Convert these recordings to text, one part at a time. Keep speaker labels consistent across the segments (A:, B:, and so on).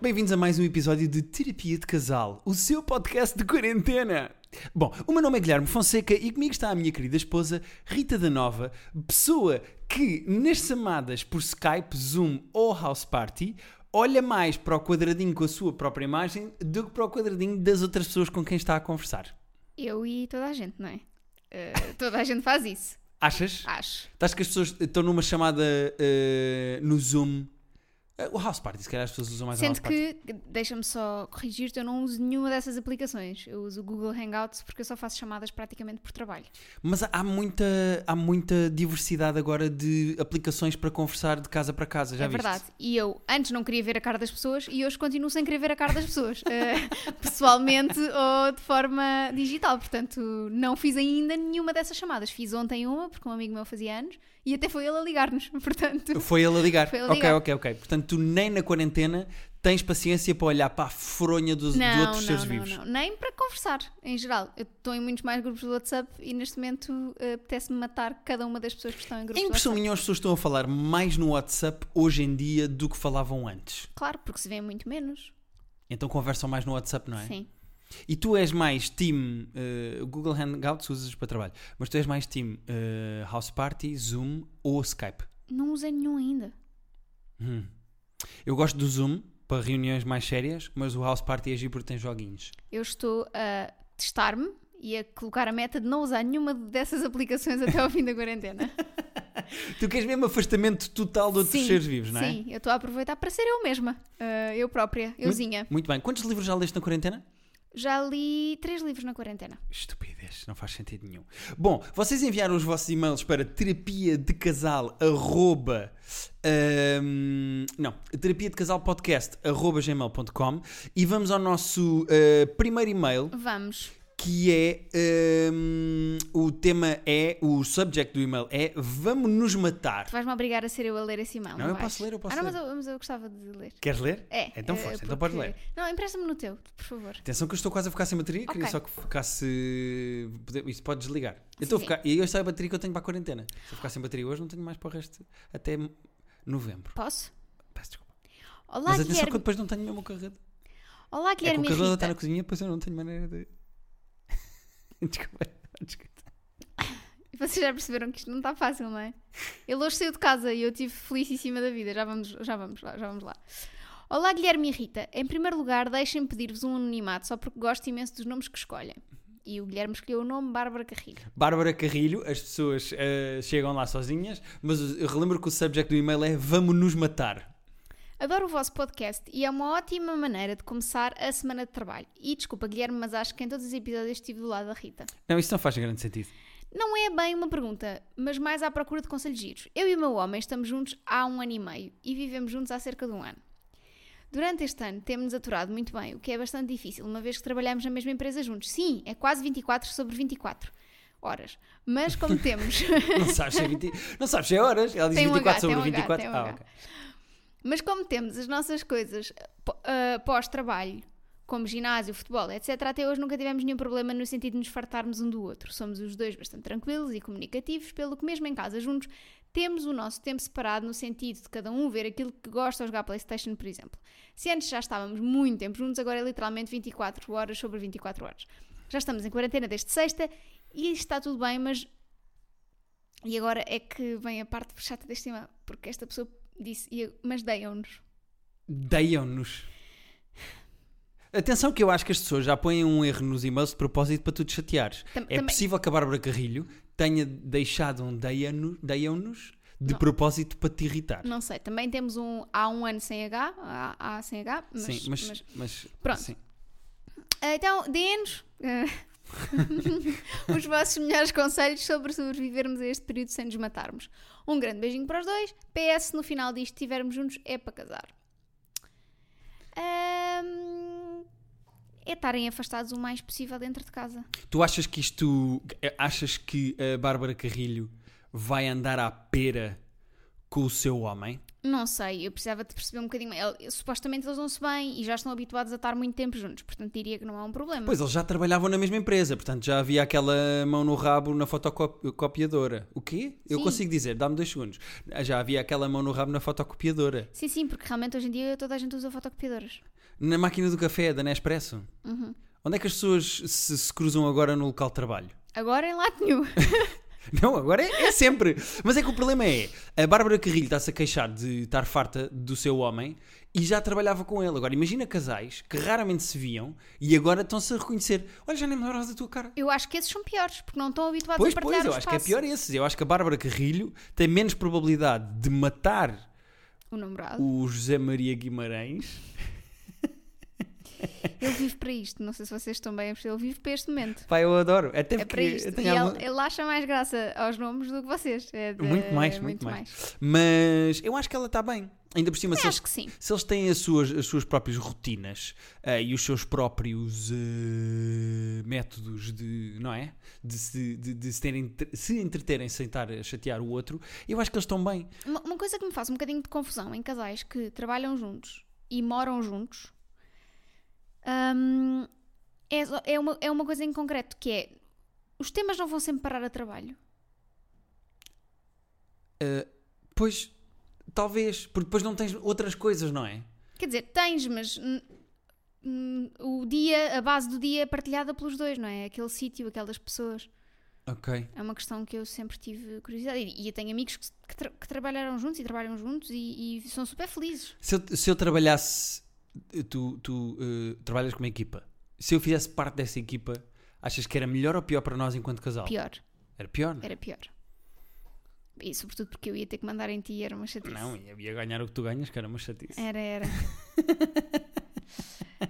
A: Bem-vindos a mais um episódio de Terapia de Casal, o seu podcast de quarentena. Bom, o meu nome é Guilherme Fonseca e comigo está a minha querida esposa Rita da Nova, pessoa que nas chamadas por Skype, Zoom ou House Party olha mais para o quadradinho com a sua própria imagem do que para o quadradinho das outras pessoas com quem está a conversar.
B: Eu e toda a gente, não é? Eh, toda a gente faz isso,
A: Achas?
B: acho.
A: Estás que as pessoas estão numa chamada eh, no Zoom? Eh, o House Party, se calhar as pessoas usam mais a House
B: Sendo
A: Party.
B: que, deixa-me só corrigir-te, eu não uso nenhuma dessas aplicações. Eu uso o Google Hangouts porque eu só faço chamadas praticamente por trabalho.
A: Mas há muita, há muita diversidade agora de aplicações para conversar de casa para casa, já
B: é
A: viste?
B: verdade. E eu antes não queria ver a cara das pessoas e hoje continuo sem querer ver a cara das pessoas, eh, pessoalmente ou de forma digital. Portanto, não fiz ainda nenhuma dessas chamadas. Fiz ontem uma porque um amigo meu fazia anos e até foi ele a ligar-nos. Portanto,
A: Foi ele a ligar.
B: Foi ele a ligar.
A: Ok, ok, ok. Portanto, tu nem na quarentena tens paciência para olhar para a fronha dos, de outros seres vivos.
B: Não, nem para conversar, em geral. Eu estou em muitos mais grupos do WhatsApp e neste momento eh, apetece-me matar cada uma das pessoas que estão em grupos
A: Em
B: do WhatsApp.
A: impressão minha, as pessoas estão a falar mais no WhatsApp hoje em dia do que falavam antes.
B: Claro, porque se vê muito menos.
A: Então conversam mais no WhatsApp, não é?
B: Sim.
A: E tu és mais time eh, Google Hangouts usas para trabalho, mas tu és mais time eh, House Party, Zoom ou Skype?
B: Não usei nenhum ainda.
A: Hum. Eu gosto do Zoom para reuniões mais sérias, mas o House Party é giro porque tem joguinhos.
B: Eu estou a testar-me e a colocar a meta de não usar nenhuma dessas aplicações até ao fim da quarentena.
A: Tu queres mesmo afastamento total de outros
B: Sim,
A: seres vivos, não é?
B: Sim, eu estou a aproveitar para ser eu mesma. eh, eu própria, euzinha.
A: Muito bem. Quantos livros já leste na quarentena?
B: Já li três livros na quarentena.
A: Estupidez, não faz sentido nenhum. Bom, vocês enviaram os vossos e-mails para terapia de casal arroba, ahm, hum, não, terapia de casal podcast arroba gmail.com e vamos ao nosso ah, primeiro e-mail
B: Vamos.
A: que é ahm, o tema é, o subject do e-mail é Vamos nos matar.
B: Tu vais-me obrigar a ser eu a ler esse e-mail.
A: Não, eu
B: vais?
A: posso ler, eu posso
B: ah, não,
A: ler.
B: Mas, eu, mas eu gostava de ler.
A: Queres ler?
B: É.
A: Então
B: eh,
A: força, então podes
B: porque-
A: ler.
B: Não, empresta-me no teu, por favor.
A: Atenção que eu estou quase a ficar sem bateria, queria
B: Ok.
A: só que ficasse. pode- Isto pode desligar. Eu estou a
B: Sim.
A: ficar. E eu sei a bateria que eu tenho para a quarentena. Se eu ficar sem bateria hoje, não tenho mais para o resto até novembro.
B: Posso?
A: Peço desculpa.
B: Olá,
A: Mas atenção que eu
B: Guilherme.
A: depois não tenho mesmo o carregador.
B: Olá,
A: É que o
B: Guilherme e
A: carregador
B: Rita.
A: está na cozinha, depois eu não tenho maneira de. desculpa, desculpa.
B: Vocês já perceberam que isto não está fácil, não é? Ele hoje saiu de casa e eu estive felicíssima da vida. Já vamos, já vamos lá, já vamos lá. Olá, Guilherme e Rita. Em primeiro lugar, deixem-me pedir-vos um anonimato, só porque gosto imenso dos nomes que escolhem. E o Guilherme escolheu o nome Bárbara Carrilho.
A: Bárbara Carrilho, as pessoas eh, chegam lá sozinhas, mas eu relembro que o subject do e-mail é Vamos nos matar.
B: Adoro o vosso podcast e é uma ótima maneira de começar a semana de trabalho. E desculpa, Guilherme, mas acho que em todos os episódios estive do lado da Rita.
A: Não, isso não faz grande sentido.
B: Não é bem uma pergunta, mas mais à procura de conselhos giros. Eu e o meu homem estamos juntos há um ano e meio e vivemos juntos há cerca de um ano. Durante este ano temos-nos aturado muito bem, o que é bastante difícil, uma vez que trabalhamos na mesma empresa juntos. Sim, é quase 24 sobre 24 horas. Mas como temos.
A: Não sabes se é, 20... não sabes se é horas. Ela diz
B: Tem um
A: 24
B: H,
A: sobre
B: tem um H,
A: 24.
B: tem um
A: ah,
B: H.
A: ok.
B: Mas como temos as nossas coisas po- ah, pós-trabalho, como ginásio, futebol, etc., até hoje nunca tivemos nenhum problema no sentido de nos fartarmos um do outro. Somos os dois bastante tranquilos e comunicativos, pelo que mesmo em casa juntos temos o nosso tempo separado no sentido de cada um ver aquilo que gosta ou jogar Playstation, por exemplo. Se antes já estávamos muito tempo juntos, agora é literalmente 24 horas sobre 24 horas. Já estamos em quarentena desde sexta e está tudo bem, mas e agora é que vem a parte chata deste tema, porque esta pessoa disse, "E- mas deiam-nos.
A: Deiam-nos. Atenção que eu acho que as pessoas já põem um erro nos e-mails de propósito para tu te chateares.
B: Tam-
A: é
B: também-
A: possível que a Bárbara Carrilho tenha deixado um deia-no- deiam-nos de
B: Não.
A: propósito para te irritar.
B: Não sei, também temos um há um ano sem H, há, há sem H, mas,
A: sim, mas,
B: mas-
A: mas,
B: Pronto.
A: sim.
B: Ah, então dê-nos ah, os vossos melhores conselhos sobre sobrevivermos a este período sem nos matarmos. Um grande beijinho para os dois. PS, se no final disto estivermos juntos, é para casar. Ahm, é estarem afastados o mais possível dentro de casa.
A: Tu achas que isto. eh, Achas que a Bárbara Carrilho vai andar à pera com o seu homem?
B: Não sei, eu precisava de perceber um bocadinho. mais. Ele- supostamente eles não se bem e já estão habituados a estar muito tempo juntos, portanto diria que não há um problema.
A: Pois, eles já trabalhavam na mesma empresa, portanto já havia aquela mão no rabo na fotocopiadora. O quê? Eu
B: Sim.
A: consigo dizer, dá-me dois segundos. Já havia aquela mão no rabo na fotocopiadora.
B: Sim, sim, porque realmente hoje em dia toda a gente usa fotocopiadoras.
A: Na máquina do café da Nespresso? Onde é que as pessoas se, se cruzam agora no local de trabalho?
B: Agora em lado nenhum.
A: Não, agora é, é sempre. Mas é que o problema é, a Bárbara Carrilho está-se a queixar de estar farta do seu homem e já trabalhava com ele. Agora imagina casais que raramente se viam e agora estão-se a reconhecer. Olha, já nem me lembrava da tua cara.
B: Eu acho que esses são piores, porque não estão habituados
A: Pois,
B: a partilhar
A: pois, eu
B: o
A: acho que é
B: espaço.
A: pior esses. Eu acho que a Bárbara Carrilho tem menos probabilidade de matar
B: O namorado.
A: o José Maria Guimarães
B: Ele vive para isto, não sei se vocês estão bem a perceber, ele vive para este momento.
A: Pá, eu adoro. Até
B: É
A: porque
B: para
A: eu
B: isto. E é-
A: tenho alguma-
B: ele, ele acha mais graça aos nomes do que vocês. É de-
A: Muito mais,
B: é
A: muito mais. Mas eu acho que ela está bem. Ainda por cima,
B: Eu
A: se eles,
B: acho que sim.
A: se eles têm as suas, as suas próprias rotinas eh, e os seus próprios eh, métodos de, não é? De se, de, de se, terem, se entreterem sem estar a chatear o outro, eu acho que eles estão bem.
B: Uma, uma coisa que me faz um bocadinho de confusão em casais que trabalham juntos e moram juntos hum, é, só- é uma, é uma coisa em concreto que é os temas não vão sempre parar a trabalho.
A: Pois, talvez, porque depois não tens outras coisas, não é?
B: Quer dizer, tens, mas hum, hum, o dia, a base do dia é partilhada pelos dois, não é? Aquele sítio, aquelas pessoas.
A: Ok.
B: É uma questão que eu sempre tive curiosidade. E, e eu tenho amigos que, que tra- que trabalharam juntos e trabalham juntos e, e são super felizes.
A: Se eu, se eu trabalhasse, tu, tu eh, trabalhas como equipa. Se eu fizesse parte dessa equipa, achas que era melhor ou pior para nós enquanto casal?
B: Pior,
A: Era pior, não é?
B: era pior. E sobretudo porque eu ia ter que mandar em ti e era uma chatice.
A: Não, ia, ia ganhar o que tu ganhas, que era uma chatice.
B: Era, era.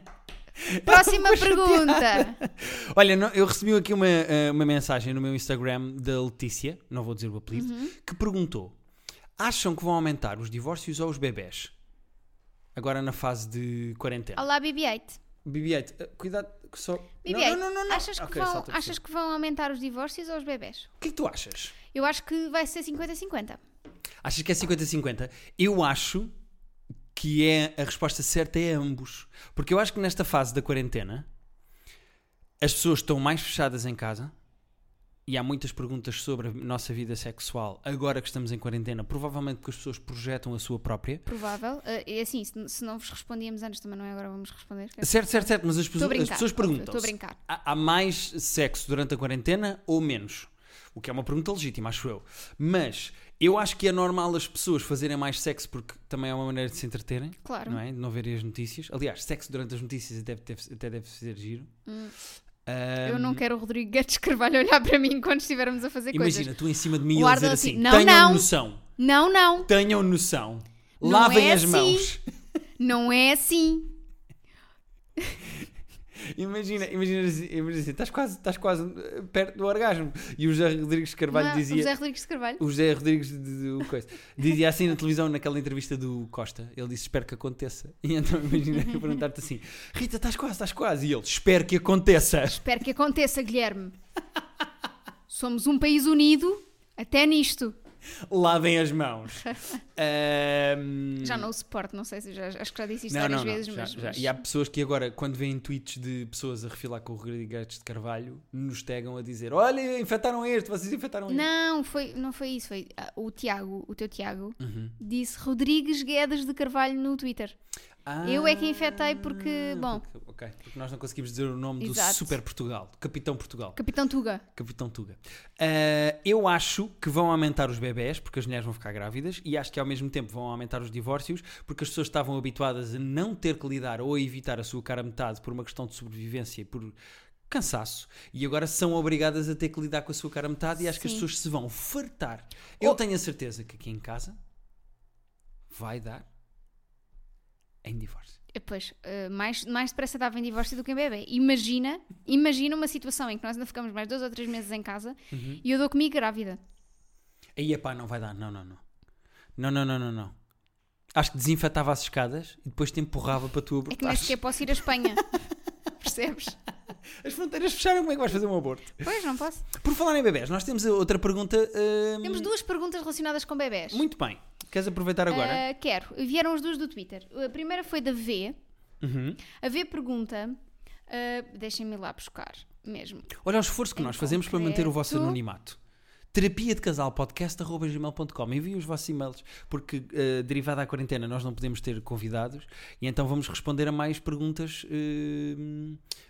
B: Próxima pergunta.
A: Olha, não- eu recebi aqui uma, eh, uma mensagem no meu Instagram da Letícia, não vou dizer o apelido,
B: Uhum.
A: que perguntou: acham que vão aumentar os divórcios ou os bebés? Agora na fase de quarentena.
B: Olá, BB-8.
A: BB-8, eh, cuidado que só.
B: BB-8,
A: não, não, não, não.
B: achas, que
A: Ok,
B: vão,
A: salta por
B: achas
A: cima.
B: que vão aumentar os divórcios ou os bebés?
A: O que é que tu achas?
B: Eu acho que vai ser 50-50.
A: Achas que é 50-50? Eu acho que é a resposta certa é ambos. Porque eu acho que nesta fase da quarentena as pessoas estão mais fechadas em casa e há muitas perguntas sobre a nossa vida sexual agora que estamos em quarentena. Provavelmente porque as pessoas projetam a sua própria.
B: Provável. Ah, E assim, se, se não vos respondíamos antes, também não é agora vamos responder.
A: Certo, certo, certo, mas as,
B: Estou a
A: pessoas- as
B: brincar.
A: pessoas
B: Estou a
A: perguntam-se:
B: brincar.
A: há, há mais sexo durante a quarentena ou menos? O que é uma pergunta legítima, acho eu. Mas eu acho que é normal as pessoas fazerem mais sexo porque também é uma maneira de se entreterem.
B: Claro.
A: não é? De não verem as notícias. Aliás, sexo durante as notícias até deve, até deve ser giro.
B: Hum.
A: Ah,
B: Eu não quero o Rodrigo Guedes Carvalho olhar para mim quando estivermos a fazer
A: imagina,
B: coisas.
A: tu em cima de mim
B: O
A: a
B: Arda
A: dizer
B: assim,
A: assim:
B: "Não,
A: tenham
B: não."
A: noção,
B: Não, não.
A: tenham noção,
B: Não
A: lavem
B: é
A: as
B: assim.
A: mãos.
B: Não é assim.
A: Imagina, imagina, assim- imagina assim: estás quase, estás quase eh, perto do orgasmo. E o José Rodrigues Carvalho
B: Não,
A: dizia.
B: o José Rodrigues Carvalho.
A: O José Rodrigues de- de- o coisa, dizia assim na televisão, naquela entrevista do Costa. Ele disse: Espero que aconteça. E então imagina eu perguntar-te assim: Rita, estás quase, estás quase. E ele: Espero que aconteça.
B: Espero que aconteça, Guilherme. Somos um país unido até nisto.
A: Lavem as mãos. Ahm,
B: Já não o suporto, não sei se já, acho que já disse isto
A: Hum. Não,
B: várias
A: não, não,
B: vezes,
A: já,
B: mas,
A: já.
B: mas-
A: E há pessoas que agora, quando veem tweets de pessoas a refilar com o Rodrigues de Carvalho, nos tagam a dizer: Olha, infectaram este, vocês infectaram este.
B: Não, foi, não foi isso, foi ah, o Tiago, o teu Tiago,
A: Uhum.
B: disse Rodrigues Guedes de Carvalho no Twitter.
A: Ah,
B: Eu é que infectei porque, bom.
A: porque- ok, porque nós não conseguimos dizer o nome
B: Exato.
A: do Super Portugal, do Capitão Portugal,
B: Capitão Tuga.
A: Capitão Tuga. Ah, eu acho que vão aumentar os bebés, porque as mulheres vão ficar grávidas, e acho que ao mesmo tempo vão aumentar os divórcios, porque as pessoas estavam habituadas a não ter que lidar ou a evitar a sua cara a metade por uma questão de sobrevivência e por cansaço, e agora são obrigadas a ter que lidar com a sua cara a metade, e acho que as
B: Sim.
A: pessoas se vão fartar. Eu
B: Oh.
A: tenho a certeza que aqui em casa vai dar em divórcio.
B: E, Pois, eh, mais, mais depressa dava em divórcio do que em bebê. Imagina, imagina uma situação em que nós ainda ficamos mais dois ou três meses em casa
A: Uhum.
B: e eu dou comigo grávida. É
A: Aí, epá, não vai dar. Não, não, não. Não, não, não, não, não. Acho que desinfetava as escadas e depois te empurrava para tu
B: É que nem
A: abortares.
B: sequer posso ir à Espanha. Percebes?
A: As fronteiras fecharam, como é que vais fazer um aborto?
B: Pois, não posso.
A: Por falar em bebés, nós temos outra pergunta. hum,
B: Temos duas perguntas relacionadas com bebés.
A: Muito bem. Queres aproveitar agora?
B: Ah, quero. Vieram as duas do Twitter. A primeira foi da V.
A: Uhum.
B: A V pergunta. ah, Deixem-me lá buscar mesmo.
A: Olha o esforço que
B: Em
A: nós fazemos para manter o vosso
B: concreto-
A: anonimato. terapia de casal podcast.gmail.com. Enviem os vossos e-mails, porque eh, derivada à quarentena nós não podemos ter convidados e então vamos responder a mais perguntas eh,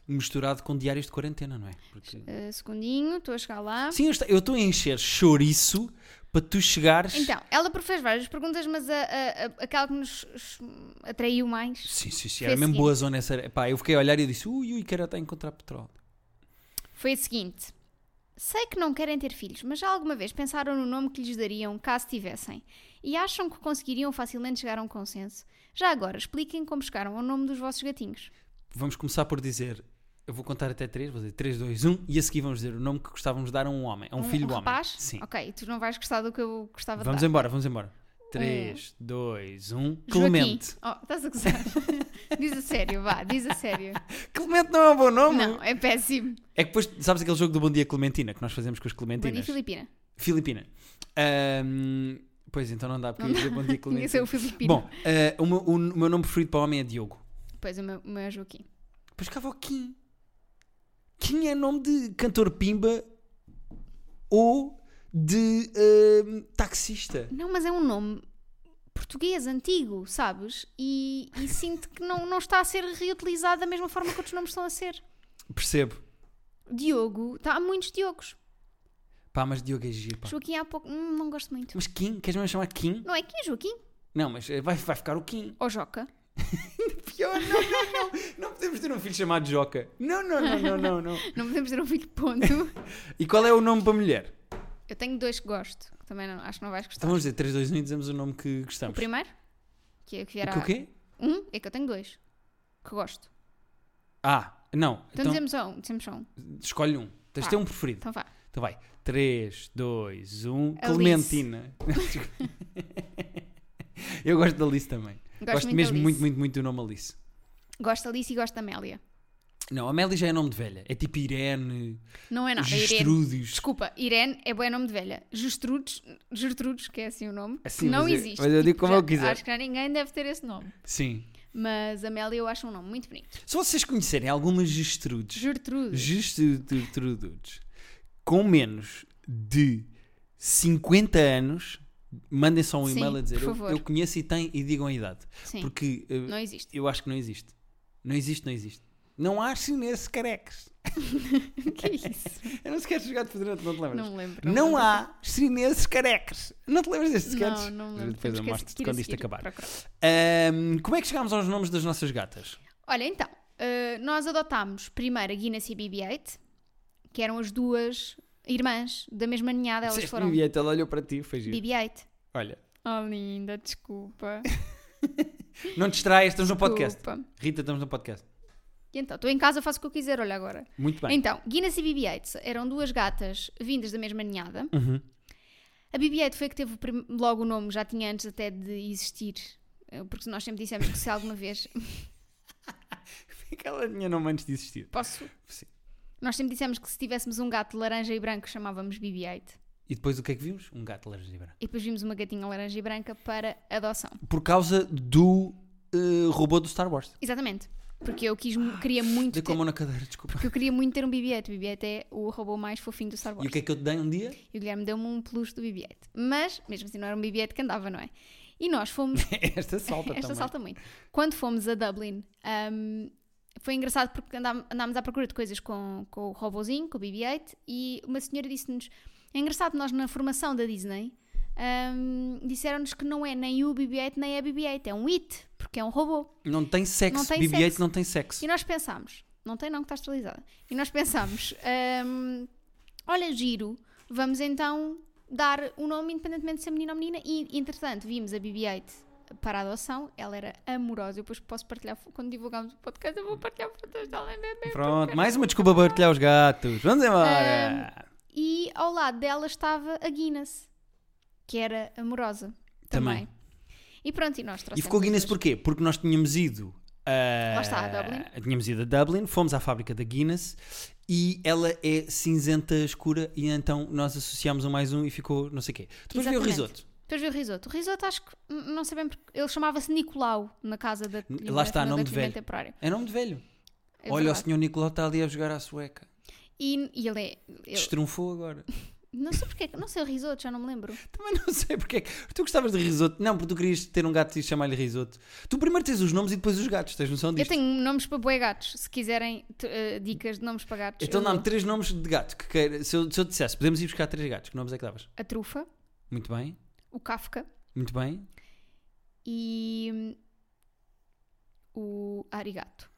A: misturado com diários de quarentena, não é? Porque-
B: Uh, segundinho, estou a chegar lá.
A: Sim, eu estou- eu estou a encher chouriço para tu chegares.
B: Então, ela fez várias perguntas, mas a, a- a- aquela que nos os- atraiu mais
A: Sim, sim, sim.
B: Foi
A: Era
B: a
A: mesmo
B: seguinte.
A: boa zona essa. Epá, eu fiquei a olhar e eu disse: ui, ui, quero até encontrar petróleo.
B: foi a seguinte: Sei que não querem ter filhos, mas já alguma vez pensaram no nome que lhes dariam caso tivessem e acham que conseguiriam facilmente chegar a um consenso? Já agora, expliquem como chegaram ao nome dos vossos gatinhos.
A: Vamos começar por dizer: eu vou contar até 3, vou dizer 3, 2, 1, e a seguir vamos dizer o nome que gostávamos de dar a um homem, a um, filho
B: um
A: homem.
B: rapaz?
A: Sim.
B: Ok, tu não vais gostar do que eu gostava
A: Vamos
B: de dar.
A: embora, vamos embora. 3, 2, 1. Clemente.
B: É. Joaquim. Oh, estás a gozar? diz a sério, vá, diz a sério.
A: Clemente não é um bom nome.
B: Não, é péssimo.
A: É que depois, sabes aquele jogo do Bom Dia Clementina que nós fazemos com as
B: Boni
A: Clementinas?
B: Filipina.
A: Filipina. Ahm, pois então não dá, porque eu ia dizer Bom Dia
B: Tinha que ser
A: Clementina.
B: o Filipino.
A: Bom, ah, o, meu, o meu nome preferido para homem é Diogo.
B: Pois o meu, o meu é Joaquim.
A: Depois ficava o Kim. Kim é nome de cantor Pimba ou de ahm, taxista.
B: Não, mas é um nome português antigo, sabes? E, e sinto que não, não está a ser reutilizado da mesma forma que outros nomes estão a ser.
A: Percebo.
B: Diogo, tá, há muitos Diogos.
A: Pá, mas Diogo é giro, pá.
B: Joaquim há pouco. hum, não gosto muito.
A: Mas Kim? Queres mesmo chamar Kim?
B: Não é aqui, Joaquim?
A: Não, mas eh, vai, vai ficar o Kim.
B: Ou Joca?
A: Pior, não, não, não. Não podemos ter um filho chamado Joca. Não, não, não, não, não, não.
B: Não podemos ter um filho, ponto.
A: E qual é o nome para mulher?
B: Eu tenho dois que gosto, que também não- acho que não vais gostar.
A: Então vamos dizer 3, 2, 1 e dizemos o nome que
B: O
A: gostamos.
B: primeiro, que é o que vier
A: O que o
B: à-
A: quê?
B: Um, é que eu tenho dois que gosto.
A: Ah, não.
B: Então,
A: Então,
B: dizemos só um, dizemos só um.
A: escolhe um. Tens de ter um preferido.
B: Então vá.
A: Então vai. 3, 2, 1.
B: Alice.
A: Clementina. Eu gosto da Alice também.
B: Gosto,
A: Gosto,
B: muito da
A: mesmo
B: Alice.
A: muito, muito, muito do nome Alice.
B: Gosto da Alice e gosto da Amélia.
A: Não, Amélia já é nome de velha. É tipo Irene,
B: Não é nada, é Irene.
A: Gestrudes.
B: Desculpa, Irene é bom nome de velha. Gertrudes, Gertrudes, que é assim o nome, que
A: Assim,
B: não
A: mas eu-
B: existe.
A: mas eu digo como
B: já-
A: eu quiser.
B: Acho que já ninguém deve ter esse nome.
A: Sim.
B: Mas Amélia eu acho um nome muito bonito.
A: Se vocês conhecerem algumas Gestrudes,
B: Gertrudes.
A: Gestrudes, com menos de 50 anos, mandem só um
B: Sim,
A: e-mail a dizer
B: por
A: eu,
B: favor.
A: eu conheço e tem e digam a idade.
B: Sim,
A: Porque eh,
B: não existe.
A: eu acho que não existe. Não existe, não existe. Não há nesse careques.
B: que é isso?
A: Eu não sequer jogar de federante, não te lembras?
B: Não me lembro.
A: Não,
B: me lembro.
A: há chineses carecas. Não te lembras destes sketches?
B: Não, não me lembro.
A: Depois
B: Temos
A: eu
B: que
A: mostro-te
B: seguir a
A: quando isto
B: seguir.
A: acabar.
B: Procura.
A: Ahm, como é que chegámos aos nomes das nossas gatas?
B: Olha, então, eh, nós adotámos primeiro a Guinness e a BB-8, que eram as duas irmãs da mesma ninhada. Elas
A: Disseste
B: foram
A: Bibieta, ela olhou para ti, foi giro.
B: BB-8.
A: Olha,
B: Oh, linda, desculpa.
A: não te distraias, estamos
B: Tipo,
A: no podcast.
B: Desculpa.
A: Rita, estamos no podcast.
B: E então, estou em casa, faço o que eu quiser, olha agora.
A: Muito bem.
B: Então, Guinness e BB-8 eram duas gatas vindas da mesma ninhada.
A: Uhum.
B: A BB-8 foi a que teve o prim- logo o nome, já tinha antes até de existir. eh, Porque nós sempre dissemos que se alguma vez.
A: Aquela tinha nome antes de existir.
B: Posso?
A: Sim.
B: Nós sempre dissemos que se tivéssemos um gato laranja e branco chamávamos BB-8.
A: E depois o que é que vimos? Um gato laranja e branco.
B: E depois vimos uma gatinha laranja e branca para adoção.
A: Por causa do eh, robô do Star Wars.
B: Exatamente. Porque eu quis, queria muito.
A: Dei com a
B: Ter,
A: mão na cadeira, desculpa.
B: porque eu queria muito ter um BB-8. O BB-8 é o robô mais fofinho do Star Wars.
A: E o que é que eu te dei um dia?
B: E o Guilherme deu-me um peluche do BB-8. Mas, mesmo assim, não era um BB-8 que andava, não é? E nós fomos
A: Esta salta
B: Esta
A: também.
B: salta muito. Quando fomos a Dublin, ahm, foi engraçado porque andá- andámos à procura de coisas com, com o robozinho, com o BB-8, e uma senhora disse-nos: é engraçado, nós na formação da Disney ahm, disseram-nos que não é nem o BB-8 nem a BB-8, é um IT, porque é um robô.
A: Não tem sexo.
B: Não tem
A: BB-8
B: sexo.
A: não tem sexo.
B: E nós pensámos: não tem, não, que está esterilizada. E nós pensámos: ahm, olha, giro, vamos então dar o nome independentemente de ser menino ou menina. E entretanto, vimos a BB-8 para a adoção, ela era amorosa. Eu depois posso partilhar, fo- quando divulgarmos o podcast, eu vou partilhar fotos dela né, em bebê.
A: Pronto, mais uma desculpa para partilhar os gatos. Vamos
B: Ah,
A: embora!
B: E ao lado dela estava a Guinness, que era amorosa também.
A: Também.
B: E pronto, e nós trouxemos.
A: e ficou Guinness
B: as duas.
A: porquê? Porque nós tínhamos ido a.
B: Lá está, a Dublin.
A: Tínhamos ido a Dublin, fomos à fábrica da Guinness e ela é cinzenta escura e então nós associámos um mais um e ficou não sei o quê. Depois veio o
B: Exatamente.
A: risoto.
B: Depois veio o risoto. O risoto, acho que, n- não sei bem porque. Ele chamava-se Nicolau na casa da.
A: Lá está,
B: da
A: nome de
B: clima
A: velho.
B: temporária.
A: É nome de velho.
B: É
A: Olha, o tá
B: verdade.
A: senhor Nicolau está ali a jogar à sueca.
B: E, e ele é. ele-
A: Destrunfou agora.
B: Não sei porque, é que- não sei o risoto, já não me lembro.
A: Também não sei porque é que. Tu gostavas de risoto? Não, porque tu querias ter um gato e chamar-lhe risoto. Tu primeiro tens os nomes e depois os gatos, tens noção
B: Eu
A: disto?
B: tenho nomes para boi gatos, se quiserem t- eh, dicas de nomes para gatos.
A: Então
B: eu
A: dá-me
B: dou.
A: três nomes de gato que queira. Se eu, se eu te dissesse, podemos ir buscar três gatos, que nomes é que davas?
B: A trufa,
A: Muito bem,
B: o Kafka
A: muito bem.
B: e hum, o arigato.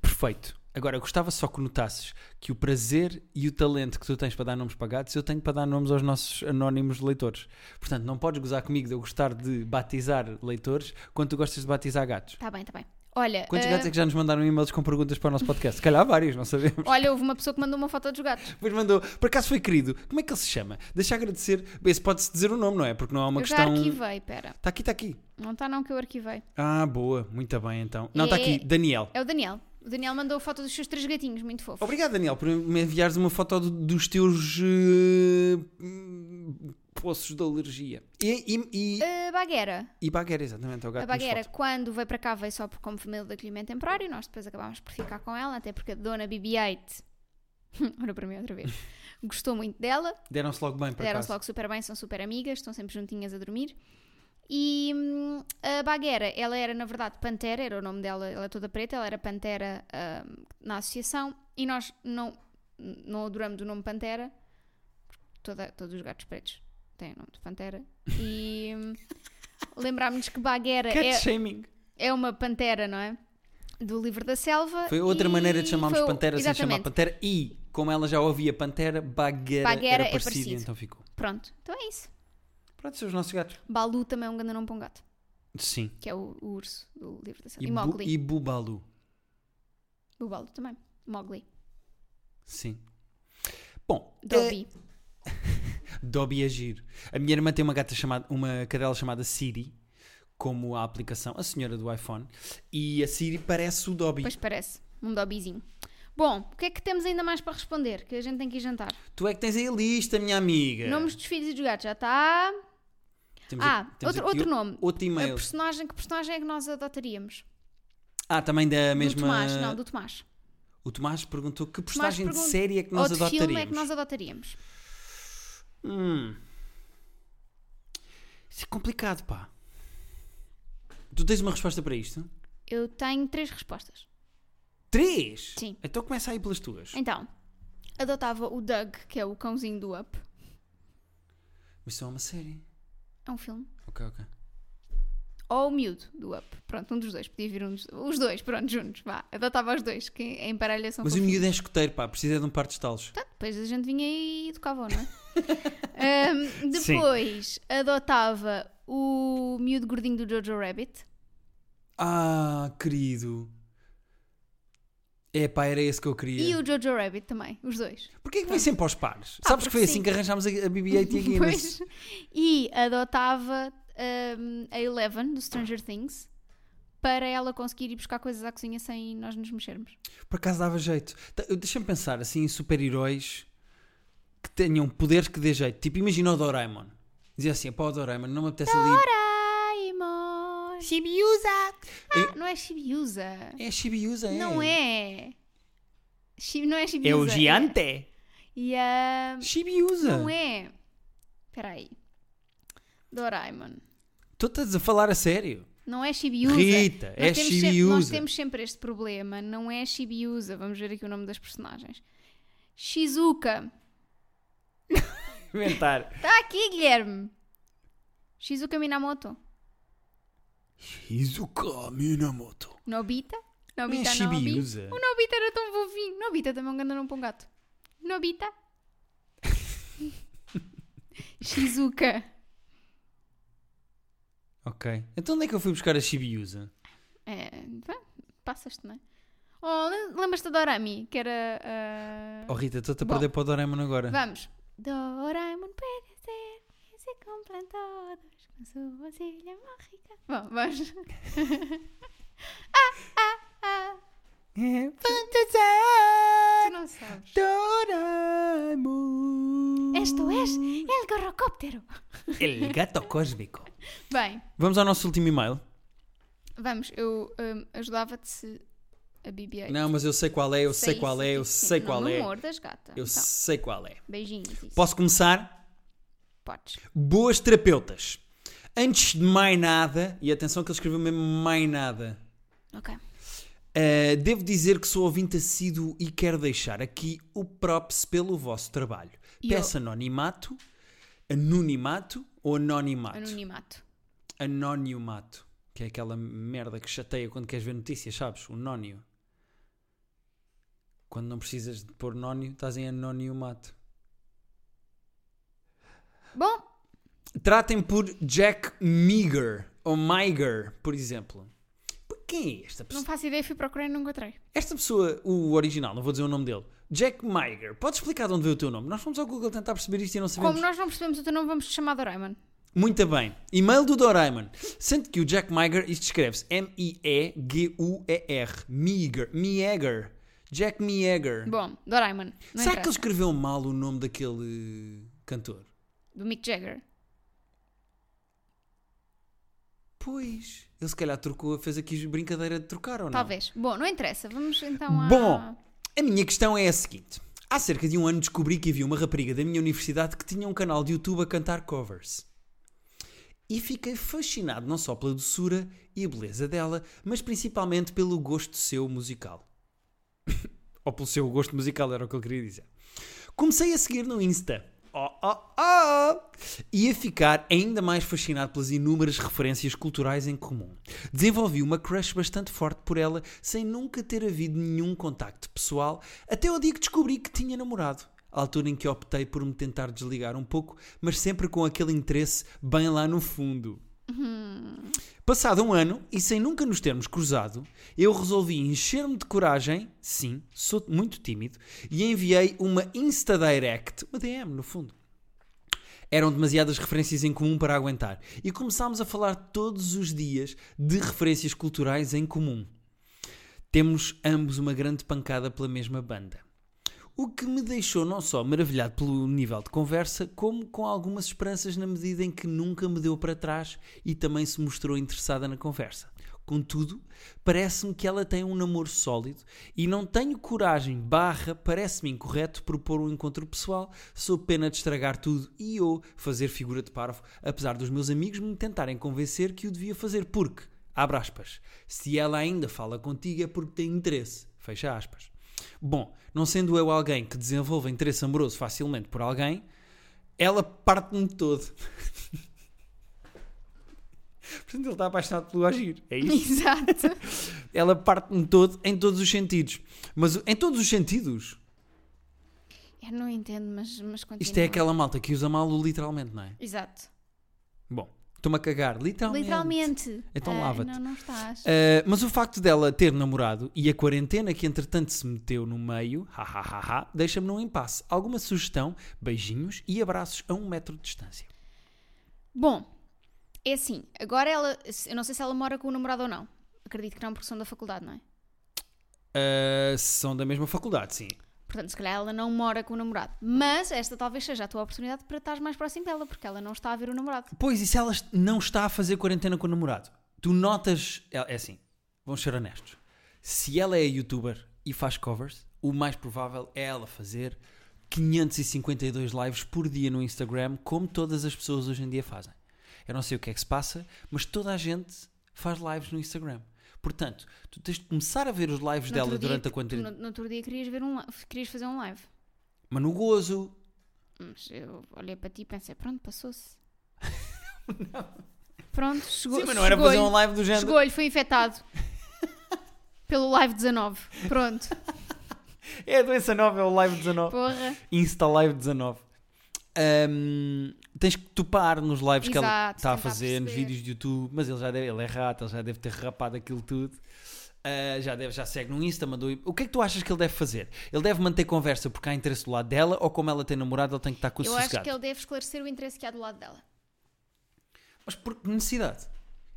A: Perfeito. Agora, eu gostava só que notasses que o prazer e o talento que tu tens para dar nomes para gatos, eu tenho para dar nomes aos nossos anónimos leitores. Portanto, não podes gozar comigo de eu gostar de batizar leitores quando tu gostas de batizar gatos.
B: Tá bem, tá bem. Olha,
A: Quantos
B: eh,
A: gatos é que já nos mandaram e-mails com perguntas para o nosso podcast? Se calhar vários, não sabemos.
B: olha, houve uma pessoa que mandou uma foto dos gatos.
A: Depois mandou, por acaso foi querido, como é que ele se chama? Deixa agradecer, bem, se pode-se dizer o nome, não é? Porque não é uma
B: eu já
A: questão.
B: arquivei, pera.
A: Está aqui, está aqui.
B: Não está não que eu arquivei.
A: Ah, boa, muito bem então. Não,
B: É-
A: está aqui, Daniel.
B: É o Daniel. O Daniel mandou a foto dos seus três gatinhos, muito fofo.
A: Obrigado, Daniel, por me enviares uma foto do- dos teus eh, hum, poços de alergia. E, e, e,
B: A Eh, Baguera.
A: e Baguera, exatamente, é o gato
B: A
A: que nos
B: Baguera,
A: falta.
B: quando veio para cá, veio só por- como família de acolhimento temporário. Nós depois acabámos por ficar com ela, até porque a dona BB-8, olha para mim outra vez, gostou muito dela.
A: Deram-se logo bem, por
B: Deram-se
A: acaso.
B: logo super bem, são super amigas, estão sempre juntinhas a dormir. E hum, a Baguera, ela era na verdade Pantera, era o nome dela, ela é toda preta, ela era Pantera hum, na associação e nós não, não adoramos o nome Pantera, toda, todos os gatos pretos têm o nome de Pantera. E hum, lembrámos-nos que Baguera
A: Cat
B: é,
A: shaming.
B: é uma pantera, não é? Do livro da selva.
A: Foi outra
B: e
A: maneira de chamarmos
B: foi o-
A: Pantera sem chamar
B: exatamente.
A: Pantera. E, como ela já ouvia Pantera, Baguera,
B: Baguera
A: era
B: é
A: parecido,
B: parecido.
A: então ficou.
B: Pronto, então é isso.
A: Pronto, são os nossos gatos.
B: Balu também é um grande nome para um gato,
A: Sim.
B: que é o, o urso do livro da selva.
A: E,
B: E,
A: Bu-
B: Mowgli.
A: e Bubalu.
B: O Baldo também. Mowgli.
A: Sim. Bom, eh,
B: Dobby.
A: Dobby é giro. A minha irmã tem uma gata chamada, uma cadela chamada Siri, como a aplicação, a senhora do iPhone, e a Siri parece o Dobby.
B: Pois parece. Um Dobbyzinho. Bom, o que é que temos ainda mais para responder? Que a gente tem que ir jantar.
A: Tu é que tens aí a lista, minha amiga.
B: Nomes dos filhos e dos gatos. Já está.
A: Temos
B: Ah,
A: É. aqui- temos
B: outro,
A: aqui
B: outro
A: o-
B: nome.
A: Outro
B: A
A: e-mail.
B: personagem, que personagem é que nós adotaríamos?
A: Ah, também da mesma.
B: Do Tomás, não, do Tomás.
A: O Tomás perguntou que postagem
B: pergunta-
A: de série é que nós
B: Ou de
A: adotaríamos.
B: filme é que nós adotaríamos?
A: Hum. Isso é complicado, pá. Tu tens uma resposta para isto?
B: Eu tenho três respostas.
A: Três?
B: Sim.
A: Então começa aí pelas tuas.
B: Então, adotava o Doug, que é o cãozinho do Up.
A: Mas só é uma série.
B: É um filme.
A: Ok, ok.
B: Ou o miúdo do Up. Pronto, um dos dois. Podia vir um dos... Os dois, pronto, juntos. Vá, adotava os dois, que em parelha são
A: Mas o
B: fofinhos.
A: miúdo é escoteiro, pá, precisa de um par de estalos.
B: Portanto, depois a gente vinha e educava, não é? Ahm,
A: Sim.
B: depois adotava o miúdo gordinho do Jojo Rabbit.
A: Ah, querido. É pá, era esse que eu queria.
B: E o Jojo Rabbit também, os dois.
A: Porquê é que vem sempre aos pares?
B: Ah,
A: Sabes que
B: porque
A: foi
B: sim.
A: assim que arranjámos a, a BB-8 e a Guinness.
B: Pois. E adotava ahm, a Eleven do Stranger Things para ela conseguir ir buscar coisas à cozinha sem nós nos mexermos.
A: Por acaso dava jeito. Tá, eu- Deixa-me pensar, assim, em super-heróis que tenham poderes que dê jeito. Tipo, imagina o Doraemon. Dizia assim, pá, o Doraemon, não me apetece ali...
B: Doraemon!
A: Shibiusa!
B: Ah, não é Shibiusa.
A: É Shibiusa, é.
B: Não é. Shi- não é Shibiusa.
A: É o Giante.
B: E a...
A: Shibiusa.
B: Não é. Espera aí. Doraemon.
A: Tu estás a falar a sério?
B: Não é Shibiusa.
A: Rita,
B: Nós
A: é
B: temos se- Nós
A: Shibiusa.
B: temos sempre este problema. Não é Shibiusa. Vamos ver aqui o nome das personagens. Shizuka.
A: Inventar.
B: Está aqui, Guilherme. Shizuka Minamoto.
A: Shizuka Minamoto.
B: Nobita.
A: Não é
B: Nobita Nobi.
A: Shibiusa.
B: O Nobita era tão fofinho. Nobita também é um grande nome para um gato. Nobita. Shizuka.
A: Ok. Então onde é que eu fui buscar a Shibiusa?
B: É, vá, passas-te, não é? Oh, lem- lembras-te da Dorami, que era. ah,
A: Oh Rita, estou-te a
B: Bom.
A: perder para o Doraemon agora. É
B: Vamos. Doraemon pede ser e se compram todos com sua vasilha mágica. Bom, vamos. ah, ah, ah.
A: É
B: Tu
A: fantasia
B: não sabes.
A: Doraemon.
B: Esto es el gorrocóptero.
A: El É gato cósmico.
B: Bem,
A: Vamos ao nosso último e-mail.
B: vamos. Eu hum, ajudava-te se a BB-8.
A: Não, mas eu sei qual é, eu sei,
B: isso,
A: qual é, eu
B: sim.
A: sei
B: Não,
A: qual
B: não
A: é.
B: mordas, gata.
A: Eu
B: então,
A: sei qual é.
B: beijinhos. Isso.
A: Posso começar?
B: Podes.
A: Boas terapeutas. Antes de mais nada, e atenção que ele escreveu mesmo mais nada,
B: Ok.
A: eh, devo dizer que sou ouvinte assíduo e quero deixar aqui o props pelo vosso trabalho.
B: E
A: Peço anonimato, anonimato ou anonimato?
B: Anonimato.
A: Anonimato, que é aquela merda que chateia quando queres ver notícias, sabes? O nónio. Quando não precisas de pôr nónio, estás em anonimato.
B: Bom,
A: Tratem por Jack Meager ou Miger, por exemplo. Por- Quem é esta
B: não
A: pessoa?
B: faço ideia, fui procurar e não encontrei.
A: Esta pessoa, o original, não vou dizer o nome dele. Jack Miger. Podes explicar de onde veio o teu nome? Nós fomos ao Google tentar perceber isto e não sabemos.
B: Como nós não percebemos o teu nome, vamos te chamar Doraemon.
A: Muito bem. E-mail do Doraemon. Sendo que o Jack Miger, isto escreve-se M-I-E-G-U-E-R. Meager. Mieger. Jack Mieger.
B: Bom, Doraemon. Não
A: Hum. Será que
B: interessa.
A: ele escreveu mal o nome daquele cantor?
B: Do Mick Jagger.
A: Pois. Ele se calhar trocou, fez aqui brincadeira de trocar ou não?
B: Talvez. Bom, não interessa. Vamos então a...
A: Bom, a minha questão é a seguinte. Há cerca de um ano descobri que havia uma rapariga da minha universidade que tinha um canal de YouTube a cantar covers. E fiquei fascinado não só pela doçura e a beleza dela, mas principalmente pelo gosto seu musical. Ou pelo seu gosto musical, era o que eu queria dizer. Comecei a seguir no Insta. Oh, oh, oh! E a ficar ainda mais fascinado pelas inúmeras referências culturais em comum. Desenvolvi uma crush bastante forte por ela, sem nunca ter havido nenhum contacto pessoal, até o dia que descobri que tinha namorado. A altura em que optei por me tentar desligar um pouco, mas sempre com aquele interesse bem lá no fundo. Passado um ano, e sem nunca nos termos cruzado, eu resolvi encher-me de coragem, sim, sou muito tímido, e enviei uma Insta Direct, uma DM no fundo. Eram demasiadas referências em comum para aguentar, e começámos a falar todos os dias de referências culturais em comum. Temos ambos uma grande pancada pela mesma banda. O que me deixou não só maravilhado pelo nível de conversa, como com algumas esperanças na medida em que nunca me deu para trás e também se mostrou interessada na conversa. Contudo, parece-me que ela tem um namoro sólido e não tenho coragem, barra, parece-me incorreto propor um encontro pessoal, sou pena de estragar tudo e ou fazer figura de parvo, apesar dos meus amigos me tentarem convencer que o devia fazer, porque, abre aspas, se ela ainda fala contigo é porque tem interesse, fecha aspas. Bom, não sendo eu alguém que desenvolva interesse amoroso facilmente por alguém, ela parte-me todo. Portanto, ele está apaixonado pelo agir. É isso?
B: Exato.
A: Ela parte-me todo em todos os sentidos. Mas o- em todos os sentidos.
B: Eu não entendo, mas, mas continua.
A: Isto é aquela malta que usa mal o literalmente, não é?
B: Exato.
A: Bom, estou-me a cagar. Literalmente.
B: Literalmente.
A: Então
B: Ah,
A: lava-te.
B: Não, não estás.
A: Uh, mas o facto dela ter namorado e a quarentena que entretanto se meteu no meio, hahaha, deixa-me num impasse. Alguma sugestão, beijinhos e abraços a um metro de distância.
B: Bom, é assim. Agora ela... Eu não sei se ela mora com o namorado ou não. Acredito que não, porque são da faculdade, não é?
A: Uh, são da mesma faculdade, sim.
B: Portanto, se calhar ela não mora com o namorado. Mas esta talvez seja a tua oportunidade para estar mais próximo dela, porque ela não está a ver o namorado.
A: Pois, e se ela est- não está a fazer quarentena com o namorado? Tu notas. É é assim, vamos ser honestos. Se ela é youtuber e faz covers, o mais provável é ela fazer 552 lives por dia no Instagram, como todas as pessoas hoje em dia fazem. Eu não sei o que é que se passa, mas toda a gente faz lives no Instagram. Portanto, tu tens de começar a ver os lives
B: No
A: dela
B: outro dia
A: durante a
B: que-
A: quarentena.
B: No, no outro dia querias, ver um, li- querias fazer um live.
A: Mas no gozo.
B: Mas eu olhei para ti e pensei, pronto, passou-se. Pronto, chegou
A: Sim, mas não era fazer um
B: chegou-lhe-
A: live do género.
B: Chegou-lhe, foi infectado. Pelo live 19. Pronto,
A: É a doença nova, é o live 19.
B: porra.
A: Insta Live 19. Ahm, tens que topar nos lives que ela
B: Exato,
A: está a
B: tentar
A: fazer, nos
B: perceber.
A: vídeos de YouTube, mas ele já deve, ele é rato, ele já deve ter rapado aquilo tudo. Ah, já, deve, já segue no Insta, mandou. O que é que tu achas que ele deve fazer? Ele deve manter conversa porque há interesse do lado dela ou como ela tem namorado, ele tem que estar com o
B: Eu acho
A: sossegado?
B: que ele deve esclarecer o interesse que há do lado dela.
A: Mas por que necessidade?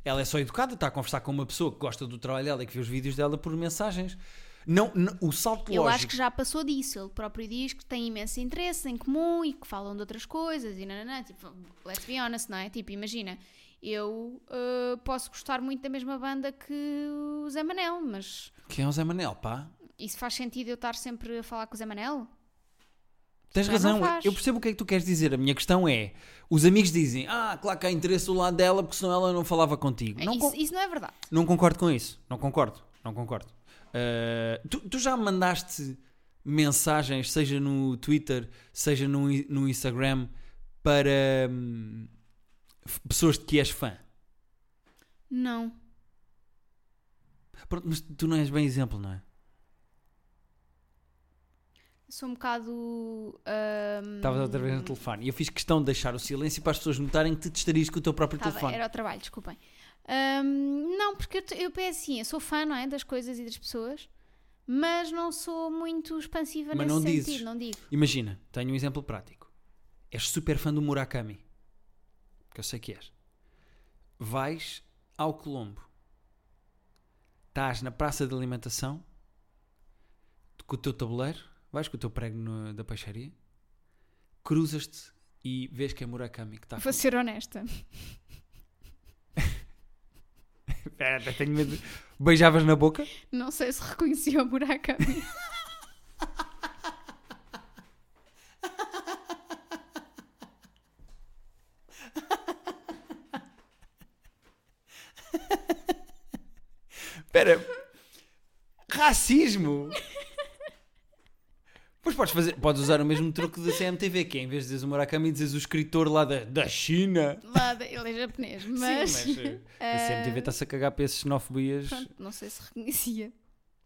A: Ela é só educada, está a conversar com uma pessoa que gosta do trabalho dela e que vê os vídeos dela por mensagens. Não, não- o salto
B: Eu acho
A: lógico.
B: que já passou disso. Ele próprio diz que tem imenso interesse em comum e que falam de outras coisas e nananã. Tipo, let's be honest, não é? Tipo, imagina, Eu ah, posso gostar muito da mesma banda que o Zé Manel, mas
A: Quem é o Zé Manel, pá?
B: isso faz sentido eu estar sempre a falar com o Zé Manel?
A: Tens
B: Não,
A: razão,
B: não faz.
A: eu percebo o que é que tu queres dizer. A minha questão é: os amigos dizem, ah, claro que há interesse do lado dela, porque senão ela não falava contigo. Não,
B: isso,
A: con-
B: isso não é verdade.
A: não concordo com isso. Não concordo. Não concordo. Ah, tu, tu já mandaste mensagens, seja no Twitter, seja no, i- no Instagram, para hum, f- pessoas de que és fã?
B: Não.
A: Pronto, mas tu não és bem exemplo, não é?
B: Sou um bocado. ehm, ahm,
A: Estavas outra
B: Hum.
A: vez no telefone e eu fiz questão de deixar o silêncio para as pessoas notarem que te distraíste com o teu próprio
B: Tá bem,
A: telefone.
B: era o trabalho, desculpem. Ahm, não, porque eu, te- eu penso assim, eu sou fã, não é? Das coisas e das pessoas, mas não sou muito expansiva
A: Mas
B: nesse
A: não
B: sentido,
A: dizes.
B: não digo.
A: Imagina, tenho um exemplo prático. És super fã do Murakami, que eu sei que és. Vais ao Colombo, estás na praça de alimentação, com o teu tabuleiro, vais com o teu prego no- da peixaria, cruzas-te e vês que é Murakami que está.
B: Vou ser honesta.
A: Espera, até É, tenho medo. Beijavas na boca?
B: Não sei se reconheci o Murakami.
A: Espera. Racismo? Pois podes, fazer, podes usar o mesmo truque da CMTV, que é, em vez de dizeres o Murakami, dizes o escritor lá da, da China.
B: Lá da- ele é japonês, mas.
A: Sim, mas eh, a CMTV está-se a cagar para esses xenofobias.
B: Pronto, não sei se reconhecia.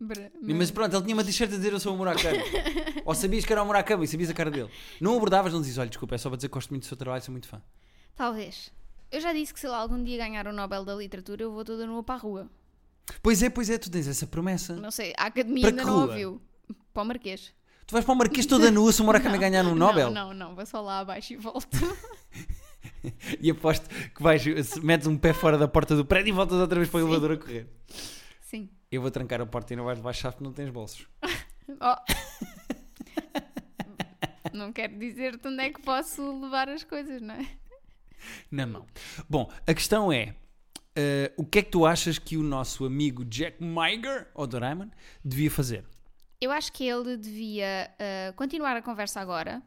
B: Bra-
A: Mas pronto, ele tinha uma t-shirt a dizer eu sou o Murakami. Ou sabias que era o Murakami, sabias a cara dele. Não abordavas, não dizes, olha, desculpa, é só para dizer que gosto muito do seu trabalho, sou muito fã.
B: Talvez. Eu já disse que se lá algum dia ganhar o Nobel da Literatura, eu vou toda nua para a rua.
A: Pois é, pois é, tu tens essa promessa.
B: Não sei, a academia
A: Para
B: ainda
A: que
B: não
A: rua?
B: ouviu. Para o Marquês.
A: Tu vais para o Marquês toda nua se o Murakami ganhar um Nobel.
B: Não, não, não, vou só lá abaixo e volto.
A: E aposto que vais, se metes um pé fora da porta do prédio e voltas outra vez para o elevador a correr.
B: Sim.
A: Eu vou trancar a porta e não vais levar chave porque não tens bolsos.
B: Oh. não quero dizer-te onde é que posso levar as coisas, não é?
A: Na mão. Bom, a questão é: eh, o que é que tu achas que o nosso amigo Jack Meiger, ou Doraemon, devia fazer?
B: Eu acho que ele devia ah, continuar a conversa agora,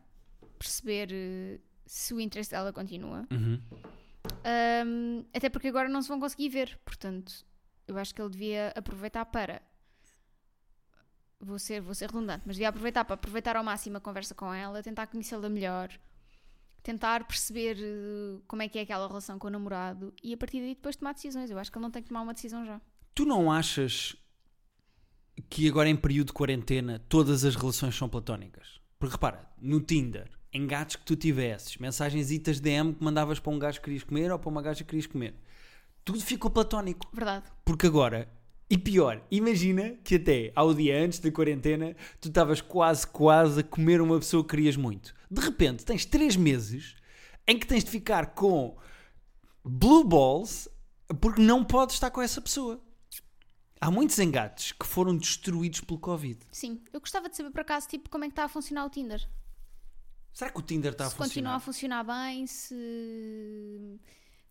B: perceber eh, se o interesse dela continua. Ahm, até porque agora não se vão conseguir ver, portanto, eu acho que ele devia aproveitar para. Vou ser, vou ser redundante, mas devia aproveitar para aproveitar ao máximo a conversa com ela, tentar conhecê-la melhor, tentar perceber eh, como é que é aquela relação com o namorado e a partir daí depois tomar decisões. Eu acho que ele não tem que tomar uma decisão já.
A: Tu não achas que agora em período de quarentena todas as relações são platónicas? Porque repara, no Tinder, engates que tu tivesses, mensagenzitas DM que mandavas para um gajo que querias comer ou para uma gaja que querias comer, tudo ficou platónico.
B: Verdade.
A: Porque agora, e pior, imagina que até ao dia antes da quarentena tu estavas quase, quase a comer uma pessoa que querias muito. De repente tens três meses em que tens de ficar com blue balls porque não podes estar com essa pessoa. Há muitos engates que foram destruídos pelo Covid.
B: Sim. Eu gostava de saber por acaso tipo, como é que está a funcionar o Tinder.
A: Será que o Tinder está a
B: se continua
A: funcionar?
B: a funcionar bem, se.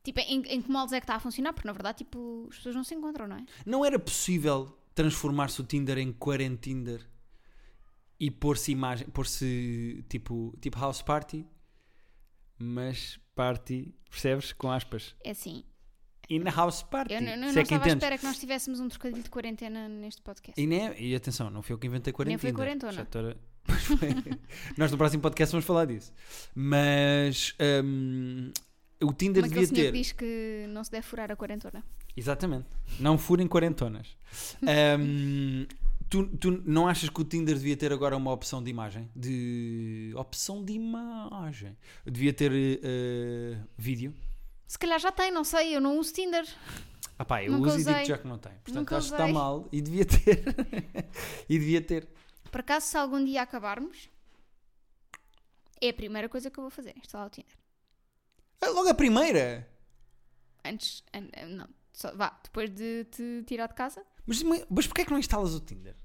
B: Tipo, em, em que moldes é que está a funcionar? Porque na verdade, tipo, as pessoas não se encontram, não é?
A: Não era possível transformar-se o Tinder em quarentinder e pôr-se imagem, pôr-se tipo, tipo house party, mas party, percebes? Com aspas.
B: É assim.
A: In house party.
B: Eu, n- n-
A: se é
B: não
A: que
B: estava à
A: entendes.
B: espera que nós tivéssemos um trocadilho de quarentena neste podcast.
A: E, nem- e atenção, não fui eu que inventei
B: Nem foi
A: quarentena.
B: quarentona.
A: Nós no próximo podcast vamos falar disso. Mas hum, o Tinder
B: Como
A: devia
B: aquele
A: ter.
B: senhor que diz que não se deve furar a quarentona.
A: Exatamente. Não furem quarentonas. Ahm, tu, tu não achas que o Tinder devia ter agora uma opção de imagem? De. Opção de imagem. Devia ter eh, vídeo.
B: Se calhar já tem, não sei, eu não uso Tinder.
A: Ah pá, eu
B: Nunca
A: uso e digo
B: usei.
A: já que não tem. Portanto,
B: Nunca
A: acho que está
B: usei.
A: mal e devia ter. e devia ter.
B: Por acaso, se algum dia acabarmos, é a primeira coisa que eu vou fazer, instalar o Tinder.
A: Ah, logo a primeira!
B: Antes, an- an- não, só, vá, depois de te tirar de casa,
A: Mas, mas porquê é que não instalas o Tinder?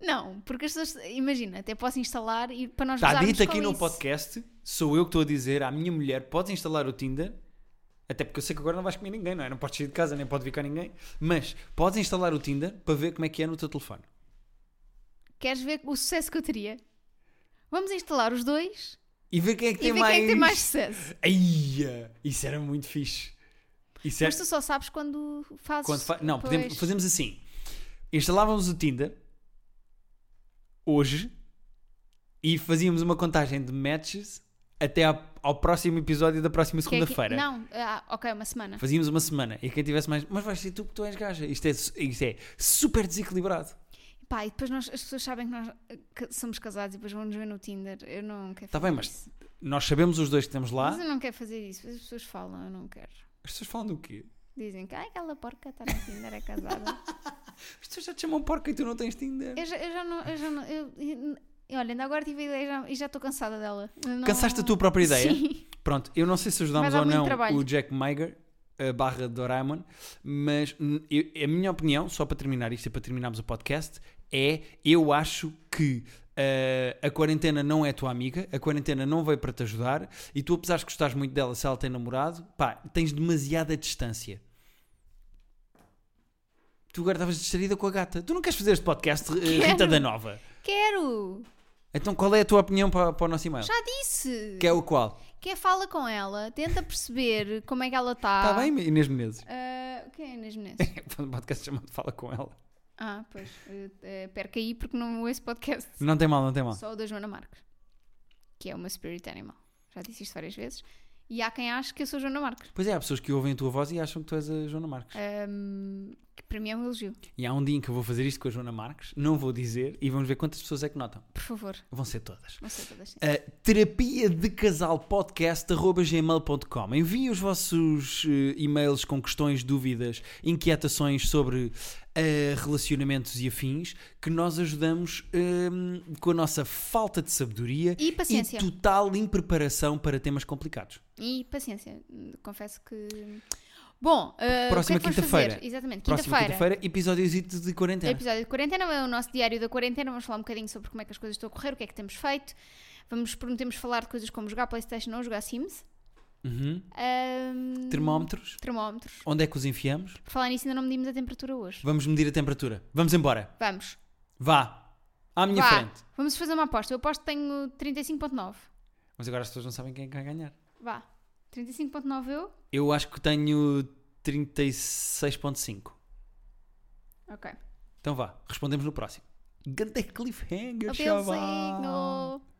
B: Não, porque as pessoas, imagina, até posso instalar e para nós
A: Está
B: gozarmos
A: dito aqui
B: com
A: no
B: isso.
A: podcast, sou eu que estou a dizer à minha mulher: podes instalar o Tinder, Até porque eu sei que agora não vais comer ninguém, não é? Não podes sair de casa, nem pode vir cá ninguém. Mas podes instalar o Tinder para ver como é que é no teu telefone.
B: Queres ver o sucesso que eu teria? Vamos instalar os dois
A: E ver quem é que
B: e
A: tem
B: ver
A: mais.
B: quem é que tem mais sucesso.
A: Aia, isso era muito fixe. Isso era...
B: Mas tu só sabes quando fazes.
A: Quando fa- Não, podemos-
B: Pois.
A: fazemos assim. Instalávamos o Tinder hoje e fazíamos uma contagem de matches até à- ao próximo episódio da próxima
B: Quem é que-
A: segunda-feira.
B: Não, ah, ok, uma semana.
A: Fazíamos uma semana e quem tivesse mais. Mas vais ser tu que tu és gaja. Isto é, su- isto é super desequilibrado.
B: Pá, e depois nós, as pessoas sabem que nós eh, que somos casados e depois vão nos ver no Tinder. Eu não quero
A: Tá
B: fazer
A: bem, mas
B: isso.
A: Nós sabemos os dois que estamos lá.
B: Mas eu não quero fazer isso. As pessoas falam, eu não quero.
A: As pessoas falam do quê?
B: Dizem que "Ai, aquela porca está no Tinder, é casada.
A: As pessoas já te chamam porca e tu não tens Tinder.
B: eu, já, eu já não. Eu já não eu, eu- olha, ainda agora tive a ideia e já- e já estou cansada dela. Eu não-
A: Cansaste a tua própria ideia?
B: Sim.
A: Pronto, eu não sei se ajudámos
B: Vai dar
A: ou
B: muito
A: não
B: trabalho.
A: o Jack Meiger, a barra de Doraemon, mas hum, eu- a minha opinião, só para terminar isto e para terminarmos o podcast, é eu acho que ah, a quarentena não é tua amiga, a quarentena não veio para te ajudar e tu, apesar de gostares muito dela, se ela tem namorado, pá, tens demasiada distância. Tu agora estavas distraída com a gata. Tu não queres fazer este podcast, eh, Rita
B: Quero.
A: da Nova?
B: Quero!
A: Então qual é a tua opinião para, para o nosso e-mail?
B: Já disse!
A: Que é o qual?
B: Que é fala com ela, tenta perceber como é que ela está.
A: Está Tá bem, Inês Menezes?
B: Ah, quem é Inês Menezes?
A: Um podcast chamado Fala Com Ela.
B: ah, pois. eh, eh, perca aí porque não ouço podcast.
A: Não tem mal, não tem mal.
B: Só o da Joana Marques, que é uma spirit animal. Já disse isto várias vezes. E há quem ache que eu sou Joana Marques.
A: Pois é, há pessoas que ouvem a tua voz e acham que tu és a Joana Marques.
B: Ahm, que para mim é um elogio.
A: E há um dia em que eu vou fazer isto com a Joana Marques, não vou dizer, e vamos ver quantas pessoas é que notam.
B: Por favor,
A: Vão ser todas.
B: não sei todas.
A: A terapia de casal podcast.gmail.com. Enviem os vossos eh, e-mails com questões, dúvidas, inquietações sobre eh, relacionamentos e afins, que nós ajudamos eh, com a nossa falta de sabedoria
B: E paciência.
A: e total impreparação para temas complicados.
B: E paciência, confesso que. Bom, ah,
A: Próxima
B: o que é que vamos
A: quinta-feira.
B: fazer? Exatamente,
A: Próxima
B: quinta-feira.
A: quinta-feira, episódios de quarentena.
B: Episódio de quarentena, é o nosso diário da quarentena. Vamos falar um bocadinho sobre como é que as coisas estão a correr, o que é que temos feito. Vamos, prometemos falar de coisas como jogar Playstation ou jogar Sims.
A: Uhum.
B: Ahm,
A: Termómetros.
B: termómetros.
A: Onde é que os enfiamos?
B: Por falar nisso, ainda não medimos a temperatura hoje.
A: Vamos medir a temperatura. Vamos embora.
B: Vamos.
A: Vá. À minha
B: Vá,
A: frente.
B: Vamos fazer uma aposta. Eu aposto que tenho 35.9.
A: Mas agora as pessoas não sabem quem é que vai ganhar.
B: Vá. 35.9 eu?
A: Eu acho que tenho 36.5.
B: Ok.
A: Então vá. Respondemos no próximo. Grande cliffhanger, chaval.
B: Adeus,